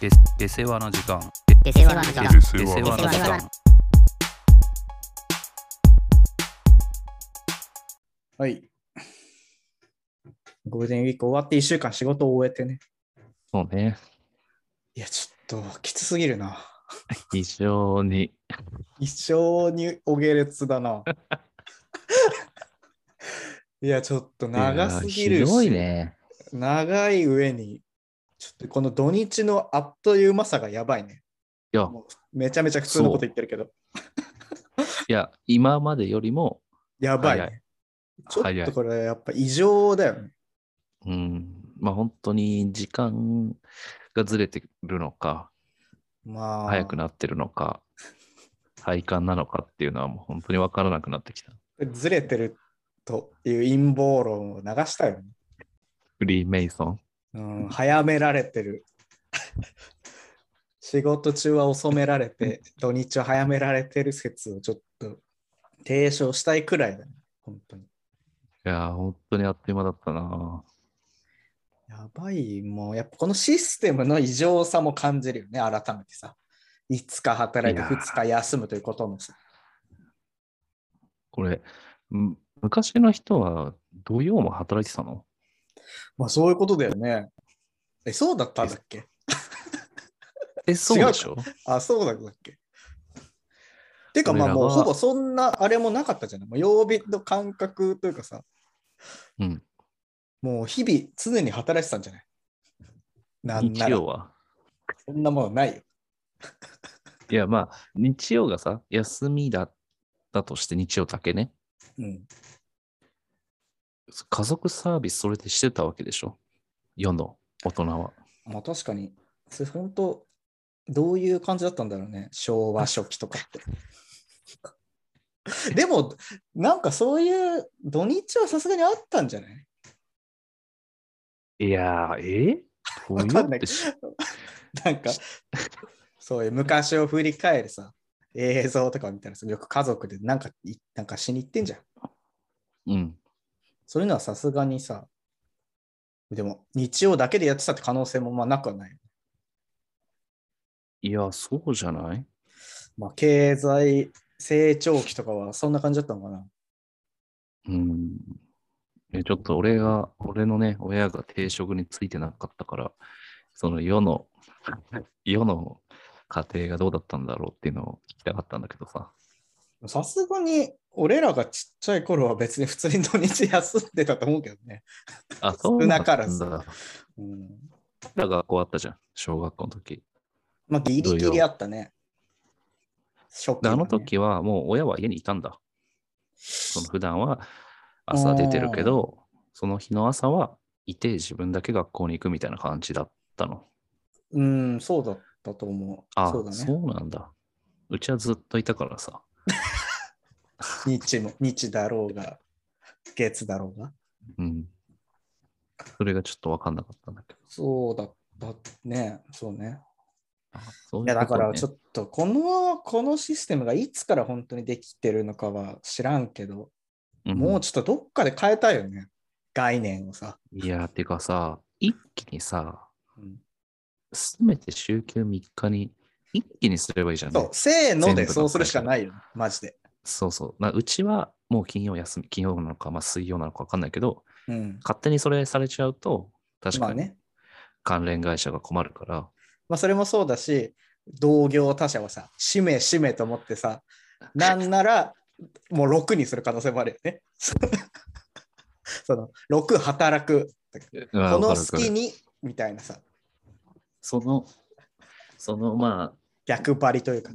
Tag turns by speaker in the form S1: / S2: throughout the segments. S1: で出世話の時間
S2: 出世話の時間
S3: で
S1: 出
S3: 世
S1: 世
S3: 話
S1: 話の時間
S4: はい。ゴールデンウィーク終わって1週間仕事を終えてね。
S3: そうね。
S4: いや、ちょっときつすぎるな。
S3: 非常に。
S4: 一生にお下劣だ な。いや、ちょっと長すぎ
S3: いや
S4: る
S3: ひど
S4: し、
S3: いね。
S4: 長い上に、ちょっとこの土日のあっという間さがやばいね。
S3: いや、
S4: もうめちゃめちゃ普通のこと言ってるけど、
S3: いや、今までよりも、
S4: やばい,、ねちょ
S3: 早い
S4: っとこれやっぱ異常だよね。
S3: うん、まあ本当に時間がずれてるのか、
S4: まあ、
S3: 早くなってるのか、体感なのかっていうのはもう本当に分からなくなってきた。
S4: ずれてるという陰謀論を流したよね。
S3: フリーメイソン。
S4: うん、早められて る。仕事中は遅められて、土日は早められてる説をちょっと提唱したいくらいだね、本当に。
S3: いやー、本当にあっという間だったな。
S4: やばい、もうやっぱこのシステムの異常さも感じるよね、改めてさ。5日働いて
S3: いやー
S4: 2日休むということもさ。
S3: これ、む昔の人は土曜も働いてたの
S4: まあそういうことだよね。え、そうだったんだっけ
S3: え、そうでしょ
S4: あ、そうだったっけてかまあ
S3: それら
S4: もう
S3: は
S4: ほぼそんなあれもなかったじゃない。もう曜日の感覚というかさ、
S3: うん。
S4: もう日々常に働いてたんじゃないなんな
S3: 日
S4: ら
S3: 曜は。
S4: そんなものないよ。
S3: いや、まあ、日曜がさ、休みだったとして、日曜だけね。
S4: うん。
S3: 家族サービスそれでしてたわけでしょ世の大人は。
S4: まあ確かに、それ本当、どういう感じだったんだろうね。昭和初期とか って。でも、なんかそういう土日はさすがにあったんじゃない
S3: いやー、え土
S4: わ
S3: 曜
S4: かんない
S3: ってし
S4: なんか、そういう昔を振り返るさ、映像とかみたいなさ、よく家族でなんかいなんかしに行ってんじゃん。
S3: うん。
S4: そういうのはさすがにさ、でも日曜だけでやってたって可能性もまあなくはない。
S3: いや、そうじゃない
S4: まあ、経済成長期とかはそんな感じだったのかな。
S3: うん。えちょっと俺が、俺のね、親が定食についてなかったから、その世の、 世の家庭がどうだったんだろうっていうのを聞きたかったんだけどさ。
S4: さすがに、俺らがちっちゃい頃は別に普通に土日休んでたと思うけどね。
S3: あ、
S4: 少
S3: そうだ
S4: な
S3: っ
S4: か
S3: た
S4: ら
S3: ん
S4: ず
S3: だ。
S4: うん、
S3: 俺ら学校あったじゃん、小学校の時。
S4: まあ、ギリギリあったね。ショック、
S3: で、
S4: ね。
S3: あの時はもう親は家にいたんだ。その普段は朝出てるけど、その日の朝はいて自分だけ学校に行くみたいな感じだったの。
S4: うん、そうだったと思う。
S3: あ
S4: そうだ
S3: そ
S4: ね。
S3: うなんだ。うちはずっといたからさ。
S4: 日も、日だろうが、月だろうが。
S3: うん。それがちょっと分かんなかったんだけど。
S4: そうだったね。そうね。
S3: あそう
S4: いやだからちょ
S3: っとね。
S4: っとこのこのシステムがいつから本当にできてるのかは知らんけど、
S3: うん
S4: もうちょっとどっかで変えたいよね。概念をさ。
S3: いや、てかさ、一気にさ、
S4: うん
S3: すめて週休3日に一気にすればいいじゃん、
S4: そう
S3: ね、。
S4: せーの
S3: 全部
S4: で
S3: が
S4: そうするしかないよね。マジで。
S3: そうそう。なうちはもう金曜休み、金曜なのか、まあ、水曜なのか分かんないけど、
S4: うん。
S3: 勝手にそれされちゃうと、確
S4: まあ
S3: かに
S4: ね。
S3: 関連会社が困るから、
S4: まあそれもそうだし、同業他社はさ、しめしめと思ってさ、なんならもう6にする可能性もあるよね。 その6働く。
S3: う
S4: この
S3: わわかるわか
S4: 好
S3: る
S4: きにみたいなさ、
S3: その、そのまあ、
S4: 逆張りというか。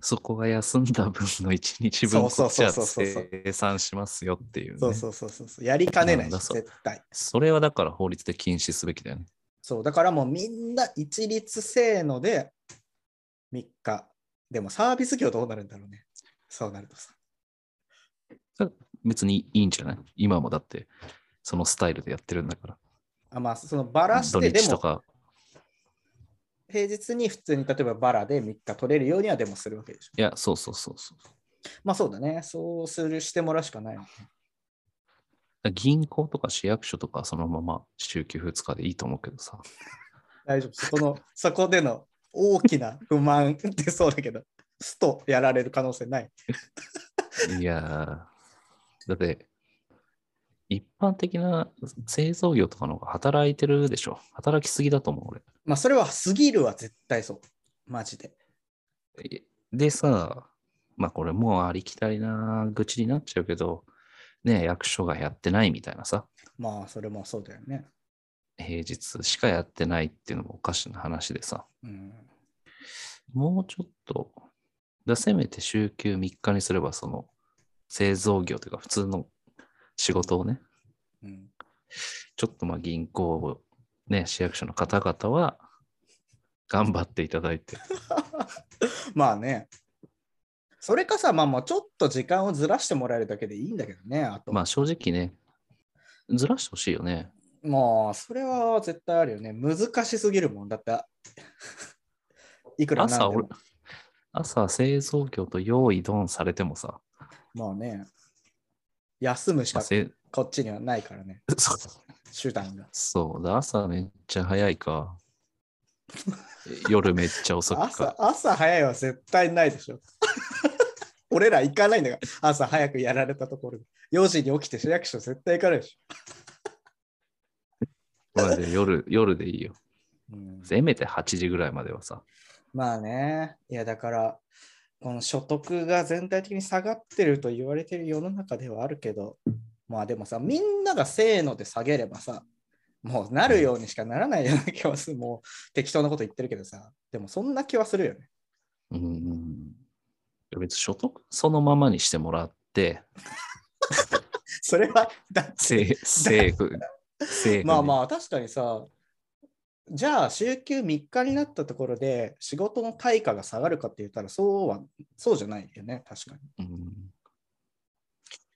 S3: そこが休んだ分の1日分
S4: そうそう
S3: こっち
S4: そう
S3: は
S4: そうそうそう
S3: 生産しますよっていう、ね。
S4: そうそうそうそうそう。やりかねない
S3: なんだ
S4: し、
S3: そう
S4: 絶対。
S3: それはだから法律で禁止すべきだよね。
S4: そう、だからもうみんな一律せーので3日。でもサービス業どうなるんだろうね。そうなるとさ。
S3: 別にいいんじゃない今もだって、そのスタイルでやってるんだか
S4: あまあ、そのバ
S3: ら。
S4: ラし
S3: 土
S4: て、で
S3: 日と
S4: も
S3: か、
S4: 平日に普通に例えばバラで3日取れるようにはでもするわけでしょ。
S3: いや、そうそうそうそう。
S4: まあそうだね。そうするしてもらうしかないよね。
S3: 銀行とか市役所とかはそのまま週休2日でいいと思うけどさ。
S4: 大丈夫。そこの、 そこでの大きな不満ってそうだけど、ストやられる可能性ない。
S3: いやー、だって、一般的な製造業とかの方が働いてるでしょ。働きすぎだと思う、俺。
S4: まあ、それは過ぎるは絶対そう。マジで。
S3: えでさ、まあこれもうありきたりな愚痴になっちゃうけど、ねえ、役所がやってないみたいなさ、
S4: まあ、それもそうだよね。
S3: 平日しかやってないっていうのもおかしな話でさ、
S4: うん。
S3: もうちょっと、だせめて週休3日にすれば、その製造業というか普通の仕事をね、
S4: うん、
S3: ちょっとまあ銀行を、ね、市役所の方々は頑張っていただいて、
S4: まあね。それかさ、まあもうちょっと時間をずらしてもらえるだけでいいんだけどね。あと、
S3: まあ正直ね、ずらしてほしいよね。
S4: もう、それは絶対あるよね。難しすぎるもんだって。 いくらなんで
S3: 朝
S4: も
S3: 俺、朝製造業と用意ドンされてもさ、
S4: まあね。休むし
S3: まあ
S4: か
S3: せ
S4: こっちにはないからね。
S3: そう
S4: 手段が。
S3: そうだ、朝めっちゃ早いか、夜めっちゃ遅く
S4: 朝
S3: か、
S4: 朝早いは絶対ないでしょ。 俺ら行かないんだから、朝早くやられたところで。4時に起きて市役所絶対行かないでし
S3: まあで夜夜でいいよ。
S4: ょ。うん
S3: せめて8時ぐらいまではさ、
S4: まあね。いや、だから、この所得が全体的に下がってると言われてる世の中ではあるけど、まあでもさ、みんながせーので下げればさ、もうなるようにしかならないような気はする。もう適当なこと言ってるけどさ、でもそんな気はするよね。
S3: うん、別に所得そのままにしてもらって、
S4: それは、だって
S3: せ政府、政府に
S4: まあまあ確かにさじゃあ週休3日になったところで仕事の対価が下がるかって言ったらそうはそうじゃないよね確かに
S3: うん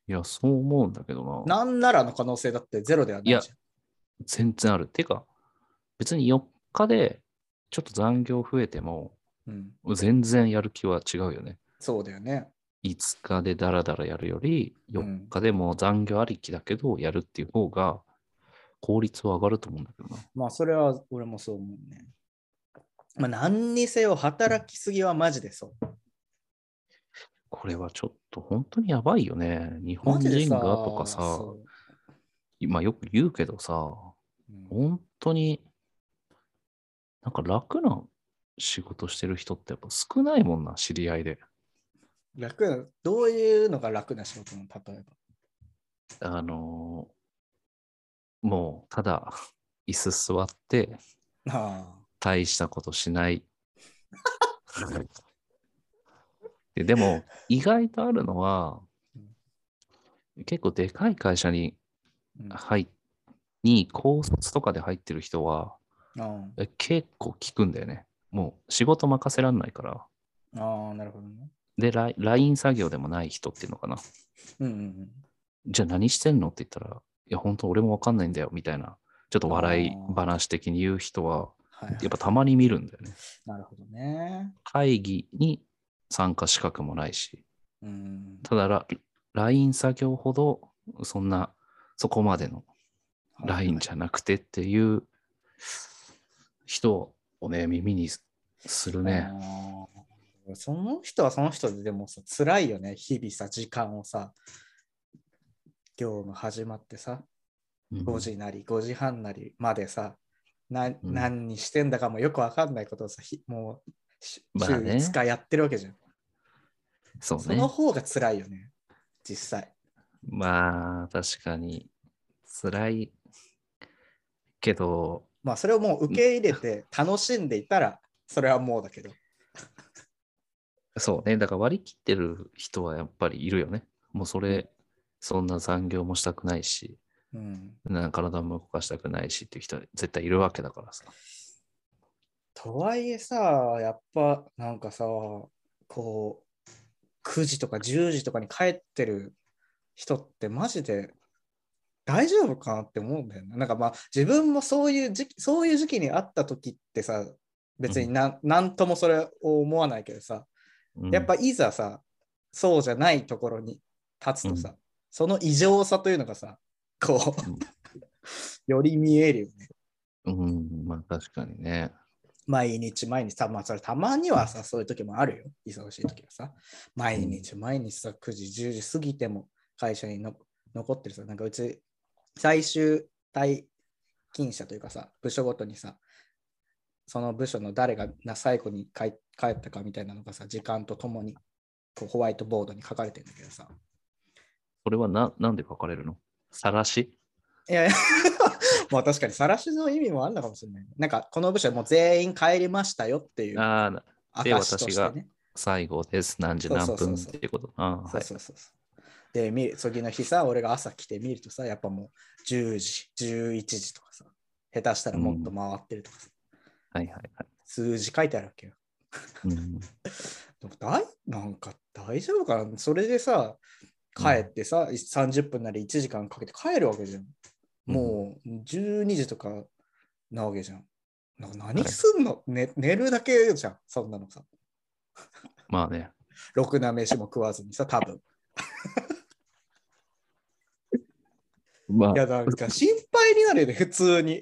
S3: いや、そう思うんだけど
S4: な
S3: な。
S4: んならの可能性だってゼロではないじゃん
S3: い全然ある。てか、別に4日でちょっと残業増えても、
S4: うん、
S3: 全然やる気は違うよね。
S4: そうだよね
S3: 5日でダラダラやるより、
S4: うん
S3: 4日でもう残業ありきだけど、やるっていう方が効率は上がると思うんだけどな。
S4: まあそれは俺もそう思うねまあ何にせよ働きすぎはマジでそう
S3: これはちょっと本当にやばいよね。日
S4: マ
S3: 本
S4: ジで
S3: 人
S4: さ
S3: がとかさ、
S4: そ
S3: 今よく言うけどさ、
S4: ううん
S3: 本当に、なんか楽な仕事してる人ってやっぱ少ないもんな、知り合いで。
S4: 楽などういうのが楽な仕事なの例えば
S3: あのーもうただ椅子座って
S4: あ
S3: 大したことしない。 ででも意外とあるのは結構でかい会社に
S4: あ、
S3: 入っに高卒とかで入ってる人は
S4: うん、あ
S3: え結構聞くんだよね。もう仕事任せらんないから。
S4: あああなるほどね
S3: で、ライン LINE 作業でもない人っていうのかな。
S4: うんうんうん
S3: じゃあ何してんのって言ったら、いや、本当俺もわかんないんだよ、みたいな、ちょっと笑い話的に言う人は、
S4: はいはい
S3: やっぱたまに見るんだよね。
S4: なるほどね。
S3: 会議に参加資格もないし、
S4: うん。
S3: ただラ、LINE 作業ほど、そんな、そこまでの LINE じゃなくてっていう人をね、耳にすする
S4: ゃ
S3: ね。。
S4: あーその人はその人ででもさ、辛いよね。日々さ、時間をさ、業務始まってさ、
S3: うん
S4: 5時なり5時半なりまでさ、な何にしてんだかもよくわかんないことをさ、ひもう、し週
S3: まあね
S4: 5日やってるわけじゃん。
S3: そう
S4: そ
S3: ね
S4: の。方が辛いよね。実際。
S3: まあ、確かに、辛いけど、
S4: まあ、それをもう受け入れて楽しんでいたら、それはもうだけど。
S3: そうね。だから割り切ってる人はやっぱりいるよね。もうそれ、そんな残業もしたくないし、
S4: うん。
S3: なんか体も動かしたくないしっていう人は絶対いるわけだからさ。
S4: とはいえさ、やっぱなんかさ、こう、9時とか10時とかに帰ってる人ってマジで大丈夫かなって思うんだよね。なんかまあ自分もそういう時期、そういう時期にあった時ってさ、別になんなんともそれを思わないけどさ、
S3: うん
S4: やっぱいざさ、そうじゃないところに立つとさ、 その異常さというのがさ、こう、
S3: うん
S4: より見えるよね。
S3: うん、まあ確かにね。
S4: 毎日毎日、たまあそれたまにはさ、そういう時もあるよ。忙しい時はさ。毎日毎日さ、9時、10時過ぎても会社にの残ってるさ。なんかうち、最終退勤者というかさ、部署ごとにさ、その部署の誰がな最後に帰帰ったかみたいなのがさ、時間とともにこうホワイトボードに書かれてるんだけどさ。
S3: それはななんで書かれるの晒し
S4: いやいや まあ確かに晒しの意味もあるのかもしれない。なんかこの部署もう全員帰りましたよっていう
S3: ああ、
S4: 証と
S3: で私
S4: して
S3: が
S4: ね。
S3: 最後です。何時何分っていうこと。ああ、
S4: そう
S3: はい。
S4: そうそうそう。で、見る次の日さ、俺が朝来て見るとさ、やっぱもう10時、11時とかさ、下手したらもっと回ってるとかさ、
S3: はいはいはい。
S4: 数字書いてあるわけよ。
S3: うん
S4: でも大なんか大丈夫かなそれでさ、帰ってさ、30分なり1時間かけて帰るわけじゃん。もう12時とかなわけじゃん。なんか何すんの、ね、寝るだけじゃん、そんなのさ。
S3: まあね。
S4: ろくな飯も食わずにさ、多分
S3: まあ、
S4: いや、なんか心配になるよね、普通に。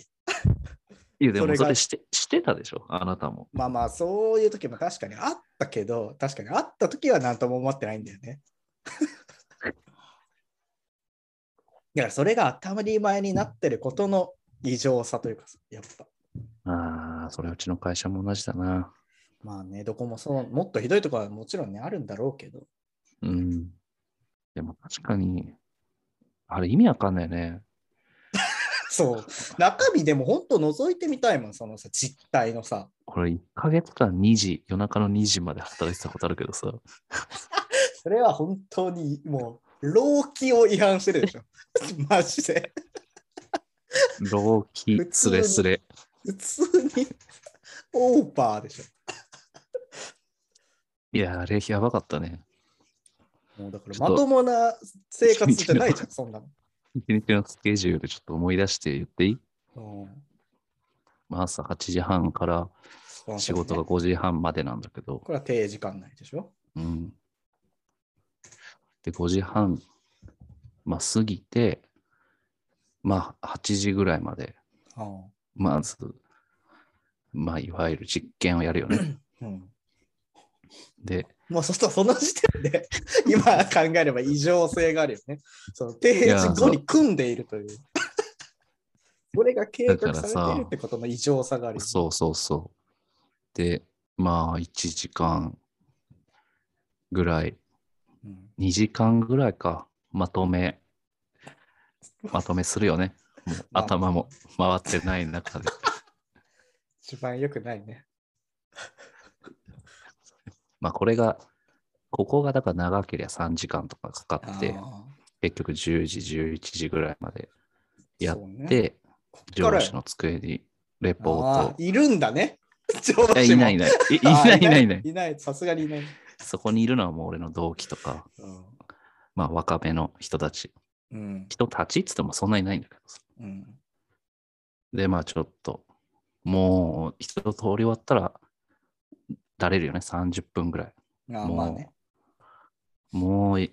S3: いやで
S4: それ
S3: も
S4: が
S3: それしてしてたでしょ、あなたも。
S4: まあまあ、そういう時も確かにあったけど、確かにあった時は何とも思ってないんだよね。 だからそれが当たり前になってることの異常さというかさ、やっぱ。
S3: ああ、それうちの会社も同じだな。
S4: まあね、どこもそう、もっとひどいところはもちろんね、あるんだろうけど。
S3: うん。でも確かに、あれ意味わかんないね。
S4: そう、中身でも本当覗いてみたいもん、そのさ、実態のさ。
S3: これ1ヶ月間2時、夜中の2時まで働いてたことあるけ どさ。
S4: それは本当にもう、老気を違反してるでしょ。 マジで。
S3: 老期
S4: 普通
S3: す
S4: に
S3: れすれ。
S4: 普通にオーバーでし
S3: いや、あれやばかったね。
S4: ょ。もうだから
S3: ちょっと
S4: まともな生活じゃないじゃん、そんな
S3: 一日のスケジュールちょっと思い出して言っていい
S4: の。
S3: まあ朝8時半から
S4: うん
S3: 仕事が
S4: こ
S3: 5時半までなんだけど。
S4: れは定時間内でしょ。
S3: うん。で、5時半、まあ過ぎて、まあ8時ぐらいまで
S4: うん
S3: まず、まあ、いわゆる実験をやる よね。
S4: うん、
S3: で、
S4: もうそしたらその時点で 今考えれば異常性があるよね。その定時後に組んでいると いう。それが計画
S3: だから
S4: され
S3: さ
S4: てるってことの異常さがあるよね、
S3: そうそうそう。で、まあ、1時間ぐらい、
S4: うん
S3: 2時間ぐらいか、まとめ、まとめするよね。もう
S4: まあ
S3: 頭も回ってない 中で。
S4: 一番良くないね。
S3: まあ、これが、ここがだから長ければ3時間とかかかって、
S4: あ
S3: 結局10時、11時ぐらいまで
S4: ー
S3: やっ
S4: そうね
S3: で、
S4: こっから
S3: 上
S4: よ
S3: 司の机にレポー
S4: あ
S3: ト。
S4: ーいるんだね。上司も
S3: いやいないいない。いい
S4: あ
S3: な
S4: ー
S3: いいないいない。
S4: いない、さすがにいない。
S3: そこにいるのはもう俺の同期とか、まあ若めの人たち。
S4: うん。
S3: 人たちっつってもそんなにないんだけどさ。
S4: うん。
S3: で、まあちょっと、もう一通り終わったら、だれるよね、30分ぐらい。
S4: ああ
S3: もう
S4: まあね。
S3: もうい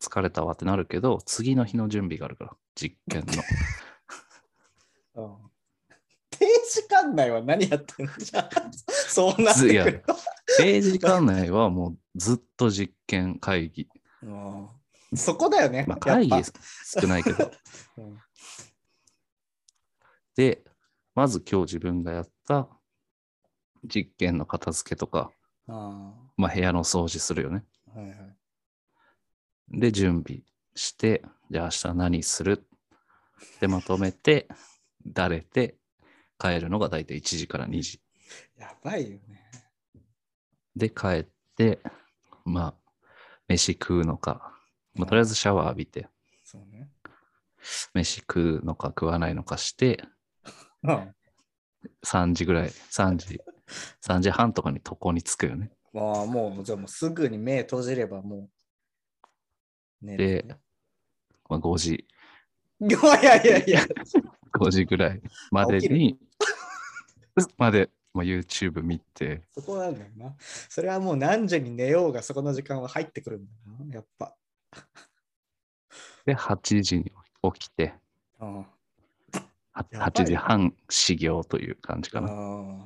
S3: 疲れたわってなるけど、次の日の準備があるから、実験 の。
S4: うん。定時間内は何やってんのじゃあ、そうなって
S3: いや
S4: くると。
S3: 定時間内はもうずっと実験会議。
S4: うんそこだよね。
S3: まあ
S4: やっぱ
S3: 会議少ない けど。
S4: うん
S3: で、まず今日自分がやった実験の片付けとか、
S4: あ
S3: まあ部屋の掃除するよね。
S4: あはいはい
S3: で、準備して、じゃあ明日何するで、まとめて、だれて、帰るのが大体1時から2時。
S4: やばいよね。
S3: で、帰って、まあ、飯食うのか、まあ、とりあえずシャワー浴びて、
S4: そうね。
S3: 飯食うのか食わないのかして、
S4: うん
S3: 3時ぐらい、3時、3時半とかに床に着くよね。
S4: まあもう、じゃあもうすぐに目閉じればもう。ね
S3: で、まあ、5時、
S4: いやいやいやいや、
S3: 5時ぐらいまでに、まで、まあ、YouTube 見て、
S4: そこなんだよな。それはもう何時に寝ようが、そこの時間は入ってくるんだよな、やっぱ。
S3: で、8時に起きて、
S4: うんやばい
S3: 8時半始業という感じかな。
S4: あー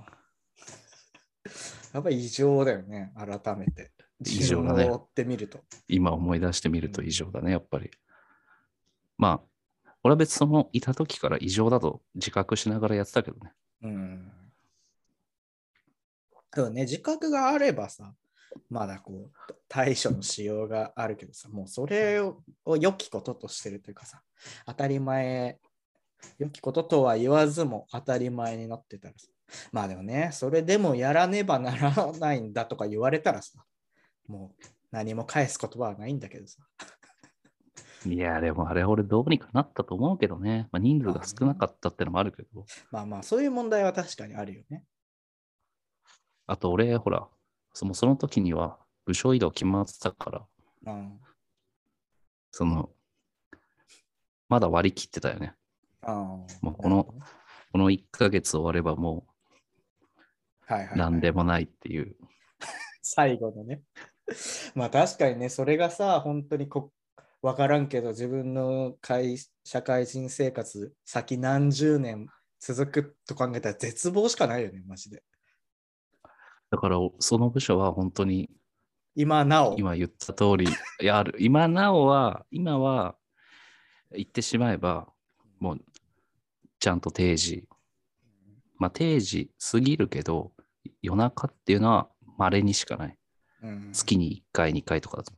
S4: やっぱり異常だよね、改めて。
S3: 異常だね
S4: 自分を追ってみると。
S3: 今思い出してみると異常だね、やっぱり。まあ、俺は別にそのいた時から異常だと自覚しながらやってたけどね。
S4: うん。でもね、自覚があればさ、まだこう、対処のしようがあるけどさ、もうそれをを良きこととしてるというかさ、当たり前、良きこととは言わずも当たり前になってたらさ、まあでもね、それでもやらねばならないんだとか言われたらさ、もう何も返す言葉はないんだけどさ。
S3: いや、でもあれ俺どうにかなったと思うけどね。まあ、人数が少なかったってのもあるけど。
S4: まあまあ、そういう問題は確かにあるよね。
S3: あと俺、ほら、そのその時には部署移動決まってたから、
S4: うん。
S3: その、まだ割り切ってたよね。
S4: うん
S3: もうこの、この1ヶ月終わればも
S4: はいはいは
S3: う
S4: い
S3: 何でもないっていう。
S4: 最後のね。 まあ確かにね、それがさ、本当にこ分からんけど、自分の会社会人生活、先何十年続くと考えたら絶望しかないよね、マジで。
S3: だから、その部署は本当に
S4: 今なお。
S3: 今言った通り、いやある。今なおは、今は、言ってしまえば、もう、ちゃんと定時。まあ、定時過ぎるけど、夜中っていうのは稀にしかない。
S4: うん
S3: 月に1回、2回とかだと。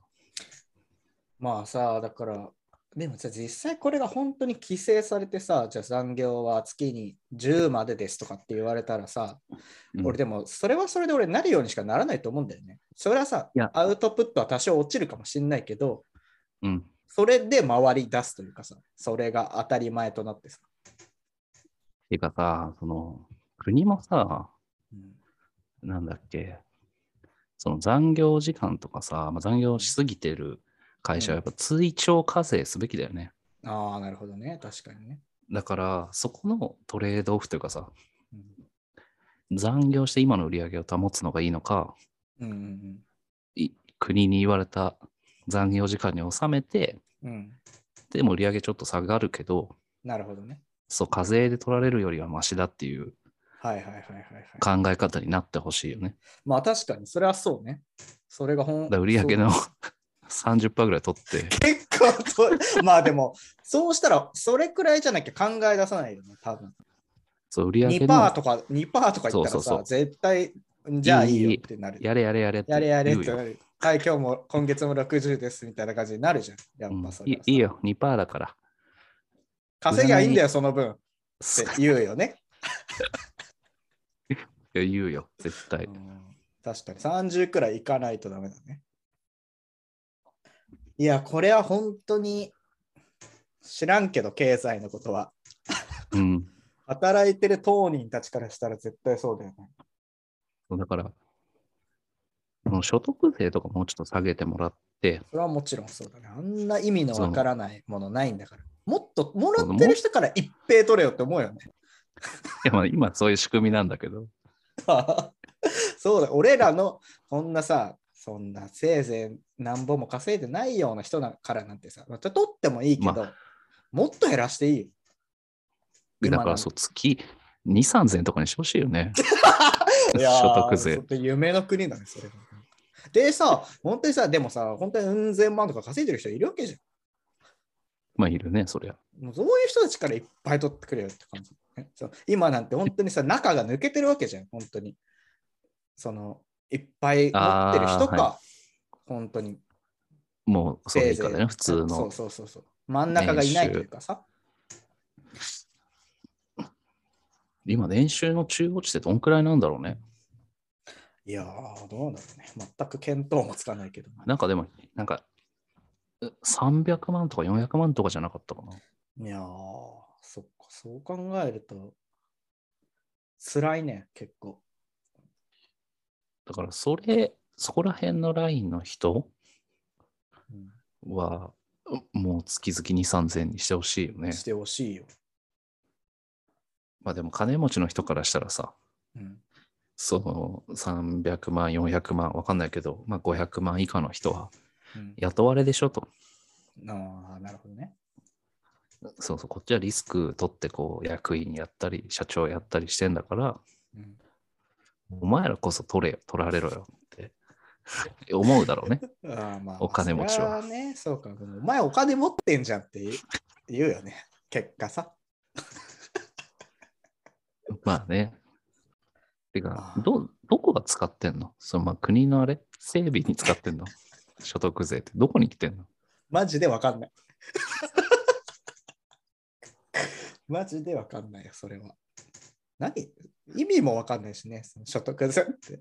S4: まあさ、だから、でもさ、実際これが本当に規制されてさ、じゃあ残業は月に10までですとかって言われたらさ、
S3: うん
S4: 俺でもそれはそれで俺なるようにしかならないと思うんだよね。それはさ
S3: いや、
S4: アウトプットは多少落ちるかもしんないけど、
S3: うん。
S4: それで回り出すというかさ、それが当たり前となってさ。
S3: てかさ、その、国もさ、
S4: うん
S3: なんだっけ、その残業時間とかさ、まあ、残業しすぎてる会社はやっぱ追徴課税すべきだよね。
S4: ああ、なるほどね。確かにね。
S3: だから、そこのトレードオフというかさ、
S4: うん
S3: 残業して今の売り上げを保つのがいいのか、
S4: うんうん
S3: い国に言われた残業時間に収めて、
S4: うん。うん、
S3: でも売り上げちょっと下がるけど、
S4: なるほどね。
S3: そう、課税で取られるよりはマシだっていう
S4: はいはいはいはい、はい。
S3: 考え方になってほしいよね。
S4: まあ確かに、それはそうね。それが本
S3: だから売り上げの 30%ぐらい取って、
S4: 結構と、まあでも、そうしたら、それくらいじゃなきゃ考え出さないよね、多分。
S3: そう、売り上げの
S4: 2%とか、2%とか言ったらさ、
S3: そうそうそう
S4: 絶対、じゃあいいよってなる。
S3: やれやれやれって
S4: やれやれっ
S3: 言う
S4: て
S3: よ
S4: なる。はい、今日も今月も60ですみたいな感じになるじゃん。や
S3: う
S4: っ
S3: ん
S4: ぱそ
S3: い
S4: れ
S3: い
S4: はさ
S3: いよ、2%だから。
S4: 稼ぎゃいいんだよ、その分っ
S3: い
S4: て言うよね。
S3: や言うよ、絶対
S4: う。ん確かに30くらいいかないとダメだね。いや、これは本当に知らんけど、経済のことは。
S3: うん。
S4: 働いてる当人たちからしたら絶対そうだよね。
S3: そうだから、その所得税とかもうちょっと下げてもらって、
S4: それはもちろんそうだね。あんな意味のわからないものないんだから。もっともら
S3: そう
S4: ってる人から一平取れよって思うよね。
S3: いやまあ今そういう仕組みなんだけど、
S4: そうだ、俺らのこんなさ、そんなせいぜいなんぼも稼いでないような人だからなんてさ、まあ取ってもいいけど、
S3: ま
S4: もっと減らしていいよ。
S3: で
S4: 今
S3: だからそう月2、3千とかにしてほしいよね。
S4: いやー
S3: 所得税
S4: ちょっと夢の国だね、それは。でさ、本当にさ、でもさ、本当にうん千万とか稼いでる人いるわけじ
S3: まあいるね、そりゃ。
S4: ゃん。もうそういう人たちからいっぱい取ってくれよって感じ、ねそう。今なんて本当にさ、中が抜けてるわけじゃん、本当に。その、いっぱい持ってる人か、
S3: あーは
S4: 本当に。
S3: もうそれ以下
S4: せい
S3: だ
S4: ぜ
S3: よね、
S4: い
S3: 普通
S4: そう
S3: の。
S4: そうそうそう。真ん中がいないというかさ。
S3: 今、年収の中央値ってどんくらいなんだろうね。
S4: いやー、どうなるね。全く見当もつかないけど。
S3: なんかでも、なんか、う300万とか400万とかじゃなかったかな。
S4: いやー、そっか、そう考えると、辛いね、結構。
S3: だから、それ、そこら辺のラインの人
S4: うん
S3: は、うもう月々2、3千にしてほしいよね。
S4: してほしいよ。
S3: まあでも、金持ちの人からしたらさ、
S4: うん、
S3: その300万、400万、わかんないけど、まあ500万以下の人は
S4: うん
S3: 雇われでしょと。
S4: ああ、なるほどね。
S3: そうそう、こっちはリスク取って、こう、役員やったり、社長やったりしてんだから、
S4: うん
S3: お前らこそ取れよ、取られろよって 思う だろうね。
S4: ああまあ
S3: お金持ちは
S4: それね、そうか。でもお前お金持ってんじゃんって言う言うよね。結果さ。
S3: まあね。てか
S4: ああ、
S3: ど、どこが使ってんのそのまあ国のあれ整備に使って んの所得税ってどこに来てんの
S4: マジでわかんない。 マジでわかんないよ、それは。何意味もわかんないしね、その所得税って。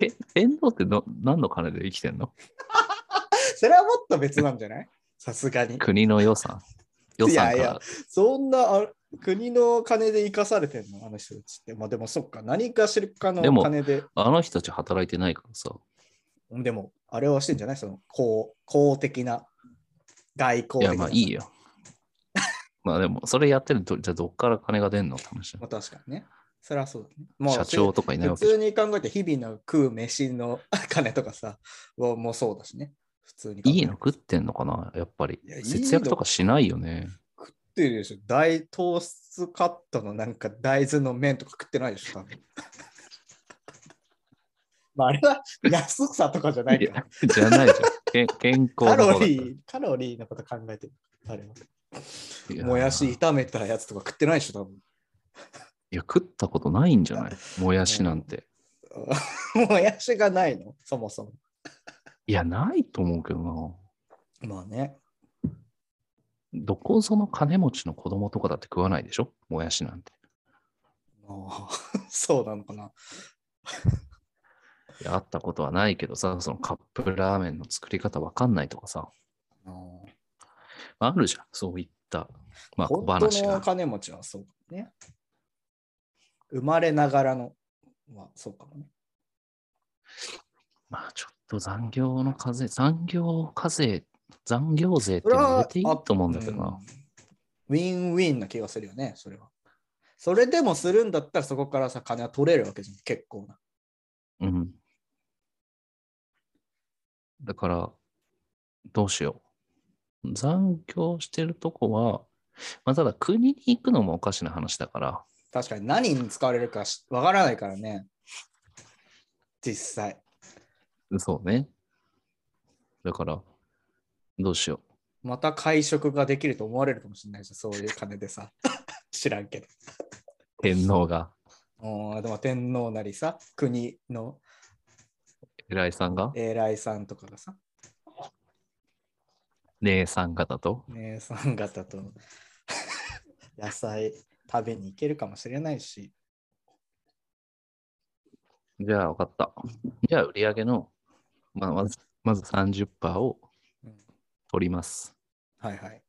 S3: え、天皇っての何の金で生きてんの
S4: それはもっと別なんじゃないさすがに。
S3: 国の予算。予算から。
S4: いやいやそんなあ国の金で生かされてんのあの人たちって。まあでもそっか、何かしらかの
S3: でも
S4: 金で。
S3: あの人たち働いてないからさ。
S4: でも、あれはしてんじゃないその公公的な外交
S3: い
S4: 的
S3: や、
S4: な。
S3: まあいいよ。まあでも、それやってると、じゃあどっから金が出んのって話だ
S4: まあ確かにね。それはそうだね。もう
S3: 社長とかいないわ
S4: 普
S3: けじゃ
S4: 通
S3: ん。
S4: に考えて日々の食う飯の金とかさ、はもうそうだしね。普通に考えて
S3: いいの食ってんのかなやっぱり
S4: いやいい。の
S3: 節約とかしないよね。
S4: 食ってるでしょ。大糖質カットのなんか大豆の麺とか食ってないでしょ。多分 まああれは安さとかじゃない
S3: い
S4: から
S3: や。じゃないじゃん。け健
S4: カ
S3: 康の
S4: ロ
S3: 方だから
S4: リー、カロリーのこと考えてる。あれはい
S3: やー
S4: もやし炒めたやつとか食ってないでしょ、多分。
S3: いや、食ったことないんじゃないもやしなんて。
S4: もやしがないの、そもそも。
S3: いや、ないと思うけどな。
S4: まあね。
S3: どこぞの金持ちの子供とかだって食わないでしょもやしなんて。
S4: あーそうなのかな。
S3: いや、会ったことはないけどさ、そのカップラーメンの作り方わかんないとかさ、
S4: あー
S3: あるじゃん。そういった、まあ、小
S4: 本
S3: 話
S4: 当の
S3: が。
S4: 金持ちはそうね。生まれながらの、まあそうかもね。
S3: まあ、ちょっと残業の課税、残業課税、残業税って
S4: それ
S3: 入
S4: は
S3: れていいと思うんだけどな。
S4: うんウィンウィンな気がするよね、それは。それでもするんだったらそこからさ、金は取れるわけじゃん、結構な。
S3: うん。だから、どうしよう。残業してるとこは、まあ、ただ国に行くのもおかしな話だから、
S4: 確かに何に使われるかしわからないからね。実際。
S3: そうね。だから、どうしよ
S4: また会食ができると思われるかもしれないじゃん、そういう金でさ。 知らんけど。
S3: う。天皇が、
S4: うんでも天皇なりさ、国の
S3: 偉いさんが、
S4: 偉いさんとかがさ、
S3: 姉さん方と、
S4: 姉さん方と 野菜食べに行けるかもしれないし、
S3: じゃあ分かった。じゃあ売り上げの、まあ、まずまず30%を
S4: うん
S3: 取ります。
S4: はいはい。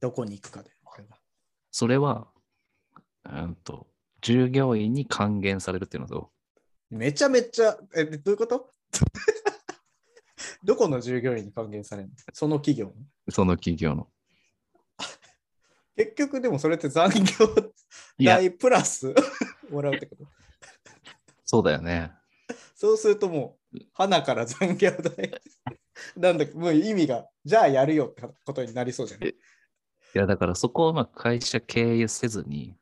S4: どこに行くかで。これは
S3: それは、うんと、従業員に還元されるっていうのと、
S4: めちゃめちゃ、え、どういうこと どこの従業員に還元されるのその企業に
S3: その企業の。
S4: 結局でもそれって残業
S3: いや、
S4: 代プラス もらうってこと
S3: そうだよね。
S4: そうするともう、花から残業代 なんだか、もう意味が、じゃあやるよってことになりそうじゃない
S3: いや、だからそこをまあ会社経由せずに、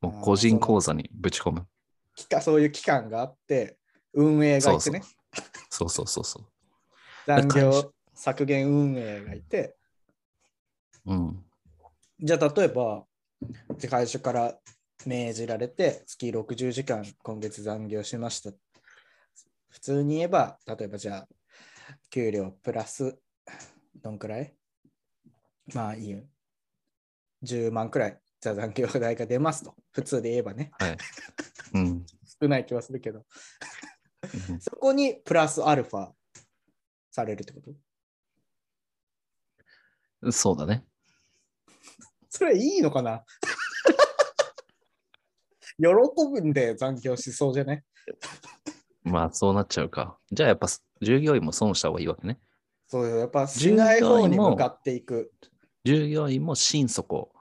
S3: も
S4: あ
S3: う
S4: ー
S3: 個人口座にぶち込む。
S4: 期間そういう期間があって、運営がいてね、
S3: そうそうそうそ
S4: 残
S3: 会社
S4: 業削減運営がいて、
S3: う。うん。
S4: じゃあ例えば、会社から命じられて、月60時間今月残業しました。普通に言えば、例えばじゃあ、給料プラス、どんくらいまあいいよ。10万くらい、じゃあ残業代が出ますと。普通で言えばね、
S3: はい。うん。
S4: 少ない気はするけど、
S3: うん
S4: そこにプラスアルファされるってこと
S3: そうだね。
S4: それいいのかな 喜ぶんで残業しそうじゃない
S3: まあそうなっちゃうか。じゃあやっぱ従業員も損した方がいいわけね。
S4: そうよやっぱしない方に向かっていく。
S3: 従業員も心底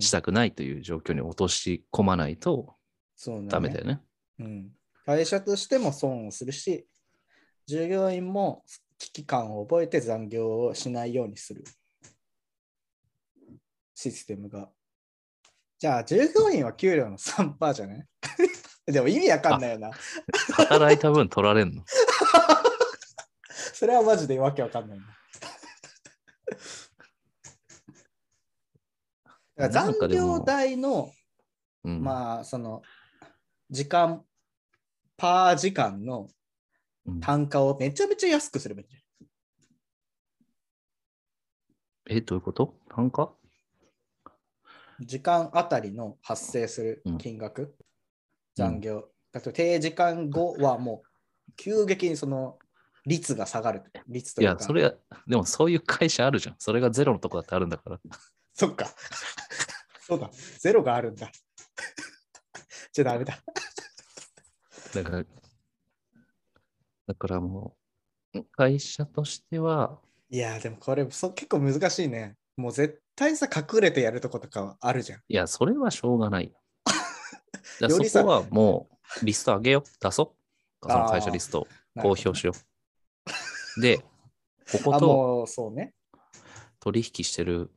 S3: したくないという状況に落とし込まないと
S4: そうなん
S3: ダメだよね。
S4: うん。会社としても損をするし、従業員も危機感を覚えて残業をしないようにする。システムが。じゃあ、従業員は給料の3%じゃない でも意味わかんないよな。
S3: 働いた分取られんの。
S4: それはマジでわけわかんないな。だから
S3: なん
S4: 残
S3: かでも
S4: 業代の、
S3: うん、
S4: まあ、その、時間、パー時間の
S3: うん
S4: 単価をめちゃめちゃ安くすればいいんじゃない
S3: え、どういうこと単価
S4: 時間あたりの発生する金額、残業。だと定時間後はもう急激にその率が下がる。率と
S3: い
S4: いう
S3: や、
S4: か。
S3: それは、でもそういう会社あるじゃん。それがゼロのとこだってあるんだから。
S4: そっか。 そうだ。ゼロがあるんだ。 じゃダメだ。
S3: だから、だからもう、会社としては、
S4: いやー、でもこれそう結構難しいね。もう絶対さ、隠れてやるとことかはあるじゃん。
S3: いや、それはしょう がない。だ
S4: よ
S3: か
S4: り
S3: ら
S4: さ
S3: そこはもう、リスト上げよう。出そう。その会社リストを
S4: なる
S3: 公
S4: ほど
S3: 表しよう。で、ここ
S4: あ、
S3: と
S4: もうそうね。
S3: 取引してる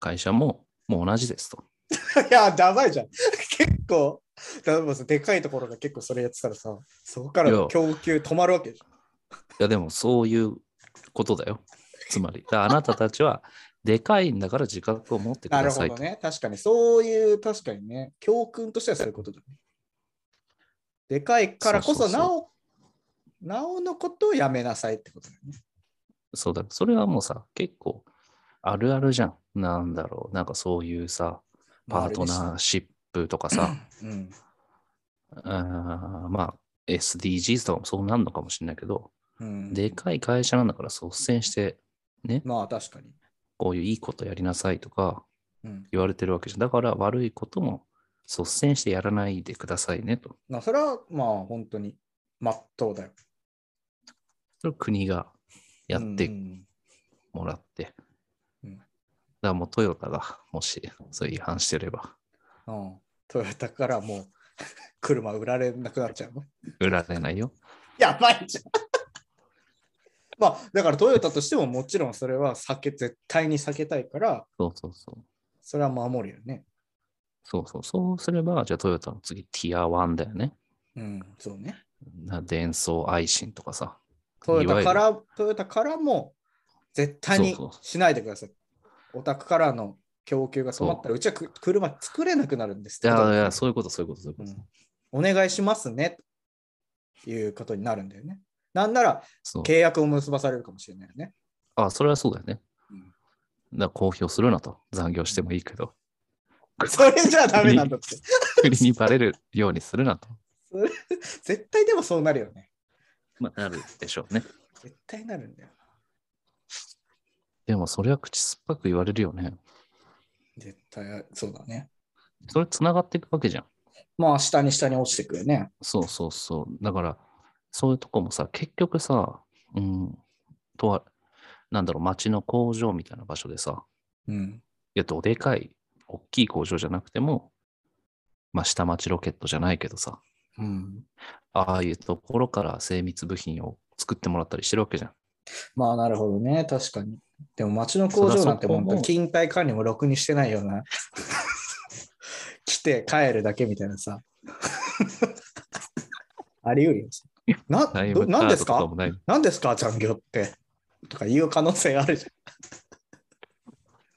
S3: 会社も、もう同じですと。
S4: いやー、やばいじゃん。 結構、だからさでかいところが結構それやってたらさ、そこから
S3: い
S4: の
S3: や
S4: 供給止まるわけじ
S3: いや、でもそういうことだよ。つまり、だからあなたたちは、でかいんだから自覚を持ってく
S4: ゃん。なる
S3: だ
S4: ほ
S3: さいと
S4: ど。ね。確かに、そういう、確かにね、教訓としてはそういうことだね。でかいからこ
S3: そ
S4: そ、
S3: うそうそう
S4: なお、なおのことをやめなさいってことだよね。
S3: そうだ、それはもうさ、結構あるあるじゃん。なんだろう、なんかそういうさ、パートナーシップとかさ、
S4: ー。うん。
S3: あーまあ、SDGs とかもそうなんのかもしれないけど、
S4: うん、
S3: でかい会社なんだから率先して、ね、
S4: まあ確かに。
S3: こういういいことやりなさいとか
S4: うん、
S3: 言われてるわけじゃん。だから悪いことも率先してやらないでくださいねと。
S4: まあそれはまあ本当に真っ当だよ。
S3: それを国がやって
S4: うん
S3: もらって。
S4: うん
S3: だからもうトヨタがもしそれ違反してれば
S4: うんトヨタからもう 車売られなくなっちゃうの。
S3: 売られないよ。
S4: やばいじゃん。 まあだからトヨタとしてももちろんそれは避け絶対に避けたいから
S3: そうそうそう。
S4: それは守るよね。
S3: そうそう、そうすれば、じゃあトヨタの次、ティア1だよね。
S4: うん、そうね。
S3: な伝送愛信とかさ。
S4: トヨタか
S3: いわ
S4: らトヨタからも絶対に
S3: そうそう
S4: しないでください。お宅からの供給が止まったらうちはく車作れなくなるんですって
S3: ゆ
S4: ことだよ
S3: る。い
S4: ね
S3: やいや、そういうこと、そういうこと、そういう
S4: う
S3: こと。
S4: んお願いしますねということになるんだよね。なんなら
S3: そう
S4: 契約を結ばされるかもしれないよね。
S3: あ、それはそうだよね。
S4: うん
S3: だから公表するなと。残業してもいいけど。
S4: それじゃダメなんだ って。
S3: 国にバレるようにするなと。
S4: 絶対でもそうなるよね。
S3: まあ、なるでしょうね。
S4: 絶対なるんだよ。
S3: でも、それは口酸っぱく言われるよね。
S4: 絶対そうだね。
S3: それ繋がっていくわけじゃん。
S4: まあ下に下に落ちてくよね。
S3: そうそうそう。だから、そういうとこもさ、結局さ、うん、とは、なんだろう、町の工場みたいな場所でさ、
S4: うん。
S3: いや、どでかい、大きい工場じゃなくても、まあ、下町ロケットじゃないけどさ、
S4: うん、
S3: ああいうところから精密部品を作ってもらったりしてるわけじゃん。
S4: まあなるほどね。確かに。でも町の工場なんて
S3: そりゃそこも
S4: 本当に勤怠管理もろくにしてないような。来て帰るだけみたいなさ。 あり得るよ。な
S3: タイ
S4: ど
S3: ムカ
S4: なんで
S3: ー
S4: す
S3: ドと
S4: か
S3: かもない。
S4: 何ですか残業ってとか言う可能性あるじ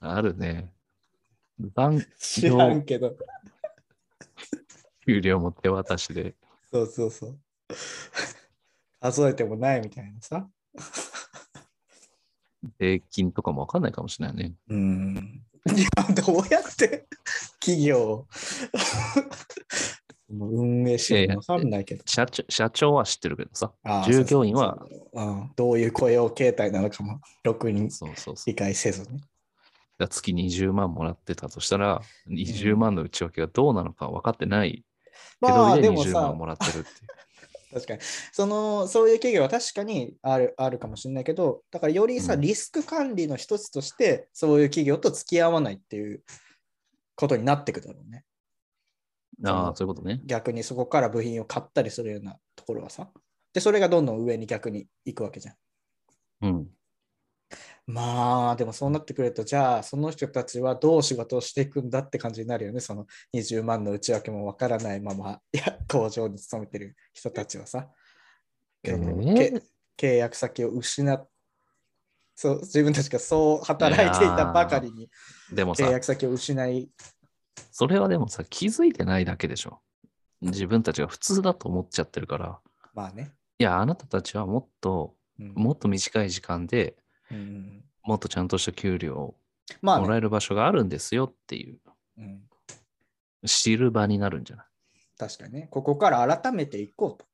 S4: ゃん。
S3: あるね。残
S4: 知らんけど。
S3: 給料も手渡しで。
S4: そうそうそう。数えてもないみたいなさ。
S3: 税金とかもわかんないかもしれないね。
S4: うん。いや、どうやって企業を その運営してるのかわかんないけど。
S3: 社長社長は知ってるけどさ
S4: ああ、
S3: 従業員は
S4: そうそうそううんどういう雇用形態なのかも、ろくに
S3: そうそうそう
S4: 理解せずね。
S3: だから月20万もらってたとしたら、20万の内訳がどうなのか分かってないけど、
S4: まあ、
S3: で
S4: でも
S3: 20
S4: さ
S3: 万、もらってるっていう。
S4: 確かにそのそういう企業は確かにあるあるかもしれないけどだからよりさ、
S3: うん
S4: リスク管理の一つとしてそういう企業と付き合わないっていうことになってくだろうね
S3: ああ、そういうことね。
S4: 逆にそこから部品を買ったりするようなところはさでそれがどんどん上に逆に行くわけじゃん
S3: うん。
S4: まあでもそうなってくるとじゃあその人たちはどう仕事をしていくんだって感じになるよねその20万の内訳もわからないままいや工場に勤めてる人たちはさ、
S3: え
S4: け契約先を失っそう自分たちがそう働いていたばかりに
S3: でも
S4: 契
S3: さ、
S4: 約先を失い
S3: それはでもさ、気づいてないだけでしょ。自分たちが普通だと思っちゃってるから、
S4: まあね、
S3: いや、あなたたちはもっと、
S4: うん
S3: もっと短い時間で
S4: うん
S3: もっとちゃんとした給料を
S4: まあ、
S3: もら
S4: ね
S3: える場所があるんですよっていう、
S4: うん、
S3: 知る場になるんじゃない
S4: 確かにねここから改めていこうと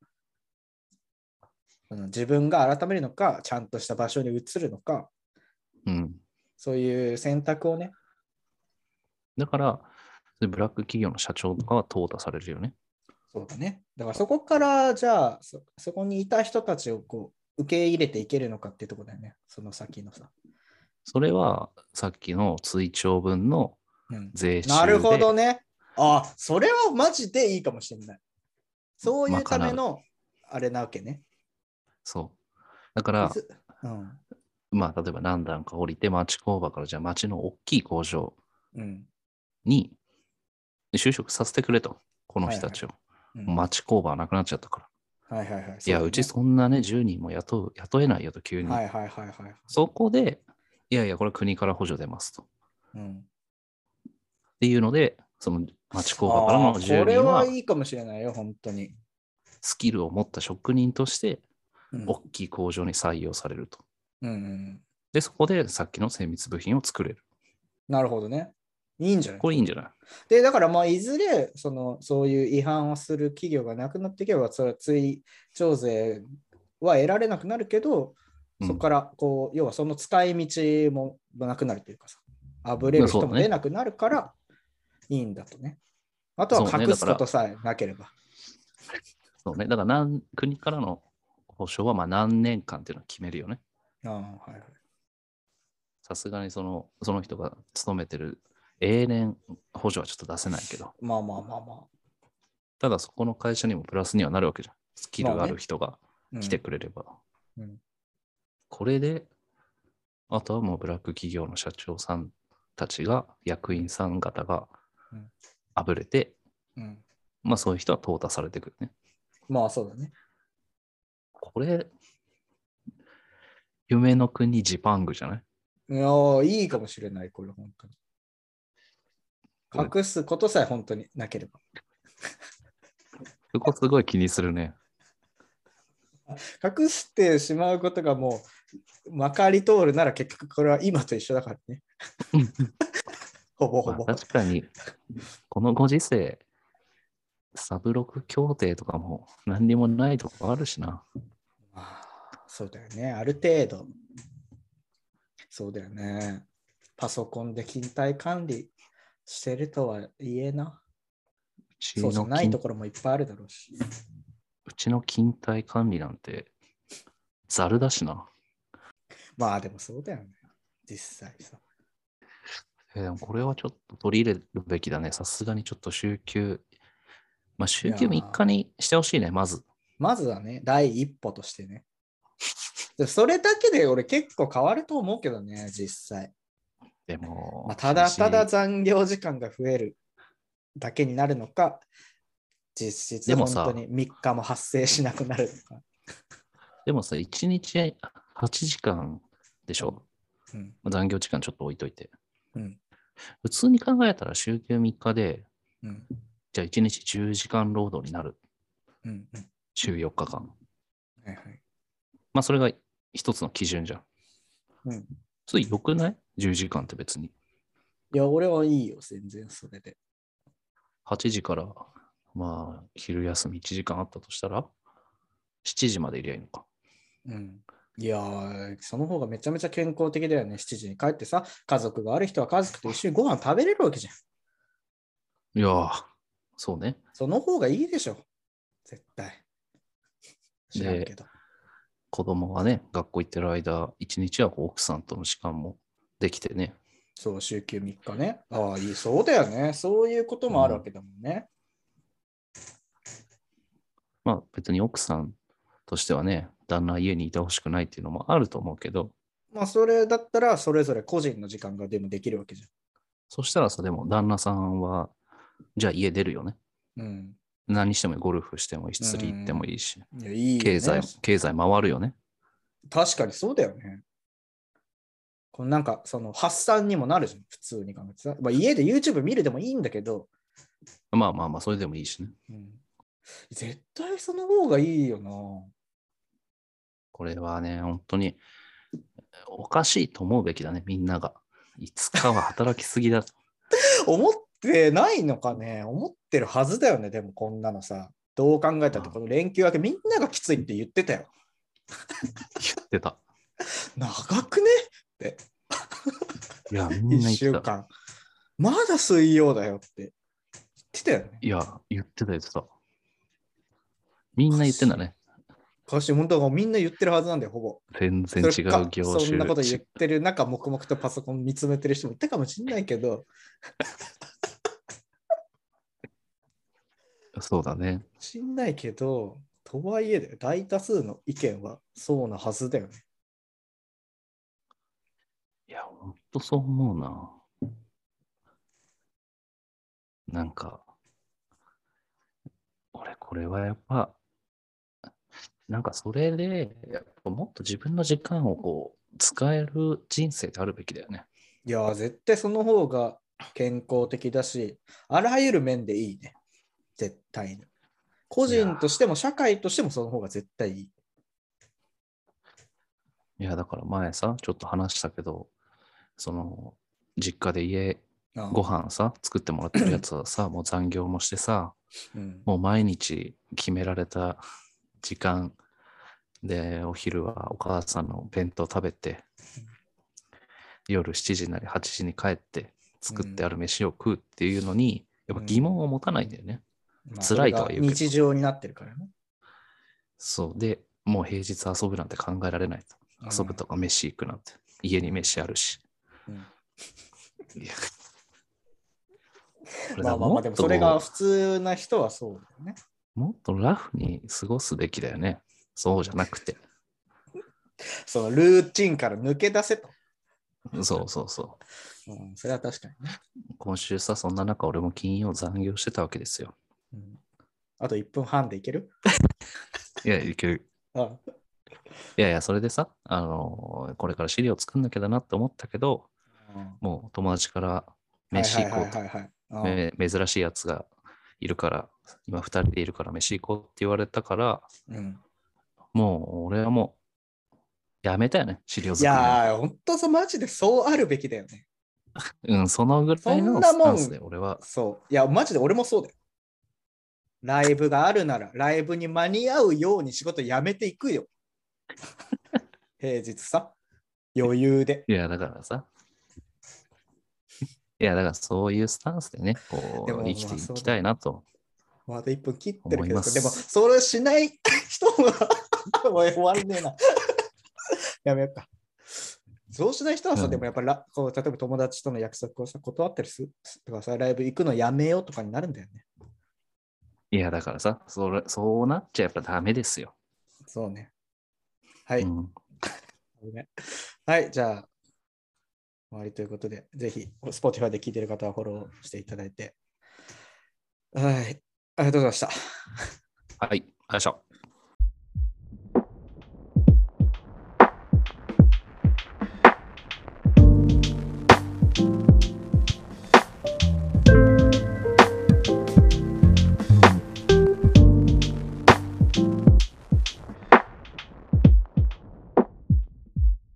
S4: その自分が改めるのかちゃんとした場所に移るのか
S3: うん。
S4: そういう選択をね
S3: だから、ブラック企業の社長とかは淘汰されるよね。
S4: そうだね。だからそこから、じゃあそ、そこにいた人たちをこう受け入れていけるのかっていうところだよね。その先のさ。
S3: それは、さっきの追徴分の
S4: うん、
S3: 税収で。
S4: なるほどね。あ、それはマジでいいかもしれない。そういうための、あれなわけね。
S3: そう。だから
S4: い、ずうん。
S3: まあ、例えば何段か降りて町工場から、じゃあ町の大きい工場
S4: うん。
S3: に就職させてくれと、この人たちを。
S4: うん
S3: 町工場はなくなっちゃったから。
S4: はいはいはい。
S3: いや、うち
S4: そ
S3: そんなね、10人も雇う雇えないよと、急
S4: う
S3: に。
S4: だねはいはいはいはい。
S3: そこで、いやいや、これ国から補助出ますと。っ
S4: うん、
S3: ていうので、その町工場から
S4: あ
S3: の
S4: ー
S3: 10
S4: これ
S3: 人は
S4: はいいかもしれないよ、本当に。
S3: スキルを持った職人として
S4: うん
S3: 大きい工場に採用されると。
S4: うんうん、
S3: で、そこでさっきの精密部品を作れる。
S4: なるほどね。いいんじゃない
S3: これいいんじゃない
S4: で、だからまあ、いずれ、その、そういう違反をする企業がなくなっていけば、それは追徴税は得られなくなるけど、
S3: うん
S4: そこから、こう、要はその使い道もなくなるというかさ、あぶれる人
S3: まあそ
S4: も
S3: うだね
S4: 出なくなるから、いいんだとね。あとは
S3: そうね
S4: 隠すことさえなければ。
S3: そうね。だから何国からの保証はまあ何年間っていうのは決めるよね。
S4: ああはいはい
S3: さすがにそのその人が勤めてる永年補助はちょっと出せないけど、
S4: まあまあまあまあ。
S3: ただそこの会社にもプラスにはなるわけじゃん。スキルがある人が
S4: うん
S3: 来てくれれば。
S4: うん
S3: これで、あとはもうブラック企業の社長さんたちが、役員さん方が
S4: うん
S3: あぶれて、
S4: うん
S3: まあそういう人は淘汰されてくるね。
S4: まあそうだね。
S3: これ、夢の国ジパングじゃない
S4: いやーいいかもしれない、これ、本当に
S3: これ。
S4: 隠すことさえ本当になければ。
S3: そこすごい気にするね。
S4: 隠してしまうことがもうまかり通るなら結局これは今と一緒だから ね。ほぼほ
S3: ま
S4: ぼ
S3: あ、。確かに、このご時世、サブロク協定とかも何にもないとこあるしな。
S4: あーそうだよね。ある程度。そうだよね。パソコンで勤怠管理してるとはいえな。
S3: うち
S4: そうじゃ
S3: の
S4: ない
S3: 勤
S4: ところもいっぱいあるだろうし。
S3: うちの勤怠管理なんて、ざるだしな。
S4: まあでもそうだよね。実際さ。
S3: えーでもこれはちょっと取り入れるべきだね。さすがにちょっと週休、まあ週休
S4: いやー
S3: 3日にしてほしいね、まず。
S4: まずはね、第一歩としてね。でそれだけで俺結構変わると思うけどね、実際。
S3: でも、
S4: まあ、ただただ
S3: 厳しい
S4: 残業時間が増えるだけになるのか、実質
S3: でも
S4: 本
S3: さ
S4: 当に3日も発生しなくなるのか。
S3: でもさ、1日8時間でしょ。
S4: うん
S3: まあ残業時間ちょっと置いといて。
S4: うん
S3: 普通に考えたら週休3日で、
S4: うん
S3: じゃあ1日10時間労働になる。
S4: うんうん
S3: 週4日間。
S4: はいはい
S3: まあそれが一つの基準じゃん。
S4: うん
S3: それ良くない ?10 時間って別に。
S4: いや、俺はいいよ、全然それで。
S3: 8時から、まあ、昼休み1時間あったとしたら、7時までいりゃいいのか。
S4: うん、いやー、その方がめちゃめちゃ健康的だよね、7時に帰ってさ、家族がある人は家族と一緒にご飯食べれるわけじゃん。
S3: いやー、そうね。
S4: その方がいいでしょ、絶対。知らんけど。
S3: 子供がね、学校行ってる間、1日はこう奥さんとの時間もできてね。
S4: そう、週休3日ね。ああ、いい、そうだよね。そういうこともあるわけだもんね。
S3: まあ別に奥さんとしてはね、旦那は家にいてほしくないっていうのもあると思うけど、
S4: まあ、それだったら、それぞれ個人の時間がでもできるわけじ
S3: そしたらさ、でも旦那さんは、じゃあ家出るよね。
S4: ゃん。うん。
S3: 何してもいいゴルフしてもいいし、釣り行ってもいいし、
S4: いや、いいよね、
S3: 経済、経済回るよね。
S4: 確かにそうだよね。このなんか、その発散にもなるじゃん、普通に考えてさ。まあ、家で YouTube 見るでもいいんだけど、
S3: まあまあまあ、それでもいいしね。
S4: うん、絶対その方がいいよな。
S3: これはね、本当におかしいと思うべきだね、みんなが。いつかは働きすぎだ。
S4: 思ってないのかね思ってるはずだよね、でもこんなのさ。どう考えたって、
S3: あ
S4: この連休明けみんながきついって言ってたよ。
S3: 言っ てた。
S4: 長くね
S3: いや、み
S4: 1
S3: んな言って
S4: 週
S3: た。
S4: 間。まだ水曜だよって言ってたよね。
S3: いや、言ってた、言ってた。みんな言ってんだね。
S4: かし、本当はみんな言ってるはずなんだよ、ほぼ。
S3: 全然
S4: そ
S3: 違
S4: れか
S3: う業種。
S4: そんなこと言ってる中、黙々とパソコン見つめてる人もいたかもしれないけ ど、
S3: そうだね。
S4: しんないけど、とはいえだよ、大多数の意見はそうなはずだよね。
S3: いや、ほんとそう思うな。なんか、俺、これはやっぱ、なんかそれで、やっぱもっと自分の時間をこう、使える人生であるべきだよね。
S4: いやー、絶対その方が健康的だし、あらゆる面でいいね。絶対に。個人としても社会としてもその方が絶対いい。
S3: いや、だから前さ、ちょっと話したけど、その、実家で家、
S4: ああ
S3: ご飯さ、作ってもらってるやつはさ、もう残業もしてさ、
S4: うん
S3: もう毎日決められた時間でお昼はお母さんの弁当食べて夜7時なり8時に帰って作ってある飯を食うっていうのにやっぱ疑問を持たないんだよね。
S4: まあ
S3: 辛いとは言うけど
S4: それが日常になってるからね。
S3: そうでもう平日遊ぶなんて考えられないと。遊ぶとか飯行くなんて家に飯あるし。
S4: うん
S3: いや
S4: うん。まあまあまあ、でもそれが普通な人はそうだよね。
S3: もっとラフに過ごすべきだよね。そうじゃなくて。
S4: そのルーチンから抜け出せと。
S3: そうそうそう。
S4: うん、それは確かにね。
S3: 今週さ、そんな中、俺も金曜残業してたわけですよ。
S4: うん、あと1分半でいける
S3: いや、いける。
S4: あ
S3: いやいや、それでさ、あのーこれから資料作んなきゃだなって思ったけど、もう友達から飯行こうと。
S4: はいはいはいはいはい。
S3: め珍しいやつがいるから、今2人でいるから飯行こうって言われたから、
S4: うん
S3: もう俺はもう、やめたよね、資料
S4: い
S3: 作り
S4: やー、本当そう、マジでそうあるべきだよね。
S3: を。うん、そのぐらい
S4: そん
S3: の
S4: な
S3: ス
S4: も
S3: タ
S4: ん
S3: ンスで俺は、
S4: そう。いや、マジで俺もそうだよ。ライブがあるなら、ライブに間に合うように仕事やめていくよ。 平日さ、余裕で。
S3: いや、だからさ、いや、だからそういうスタンスでね、こ
S4: でも
S3: う、生きていきたいなと。
S4: まだ1分切ってる
S3: 思
S4: け
S3: い
S4: ど、
S3: ます
S4: でも、それしない人は、 もう終わんねえな。 やめようか。そうしない人はさ、
S3: うん
S4: でもやっぱらこう、例えば友達との約束をさ、断ったりするとかさ、ライブ行くのやめようとかになるんだよね。
S3: いや、だからさ、それそうなっちゃやっぱダメですよ。
S4: そうね。はい。
S3: うん
S4: ごめんはい、じゃあ、終わりということで、ぜひ、Spotify で聞いてる方はフォローしていただいて。はい、ありがとうございました。
S3: はい、ありがとうございました。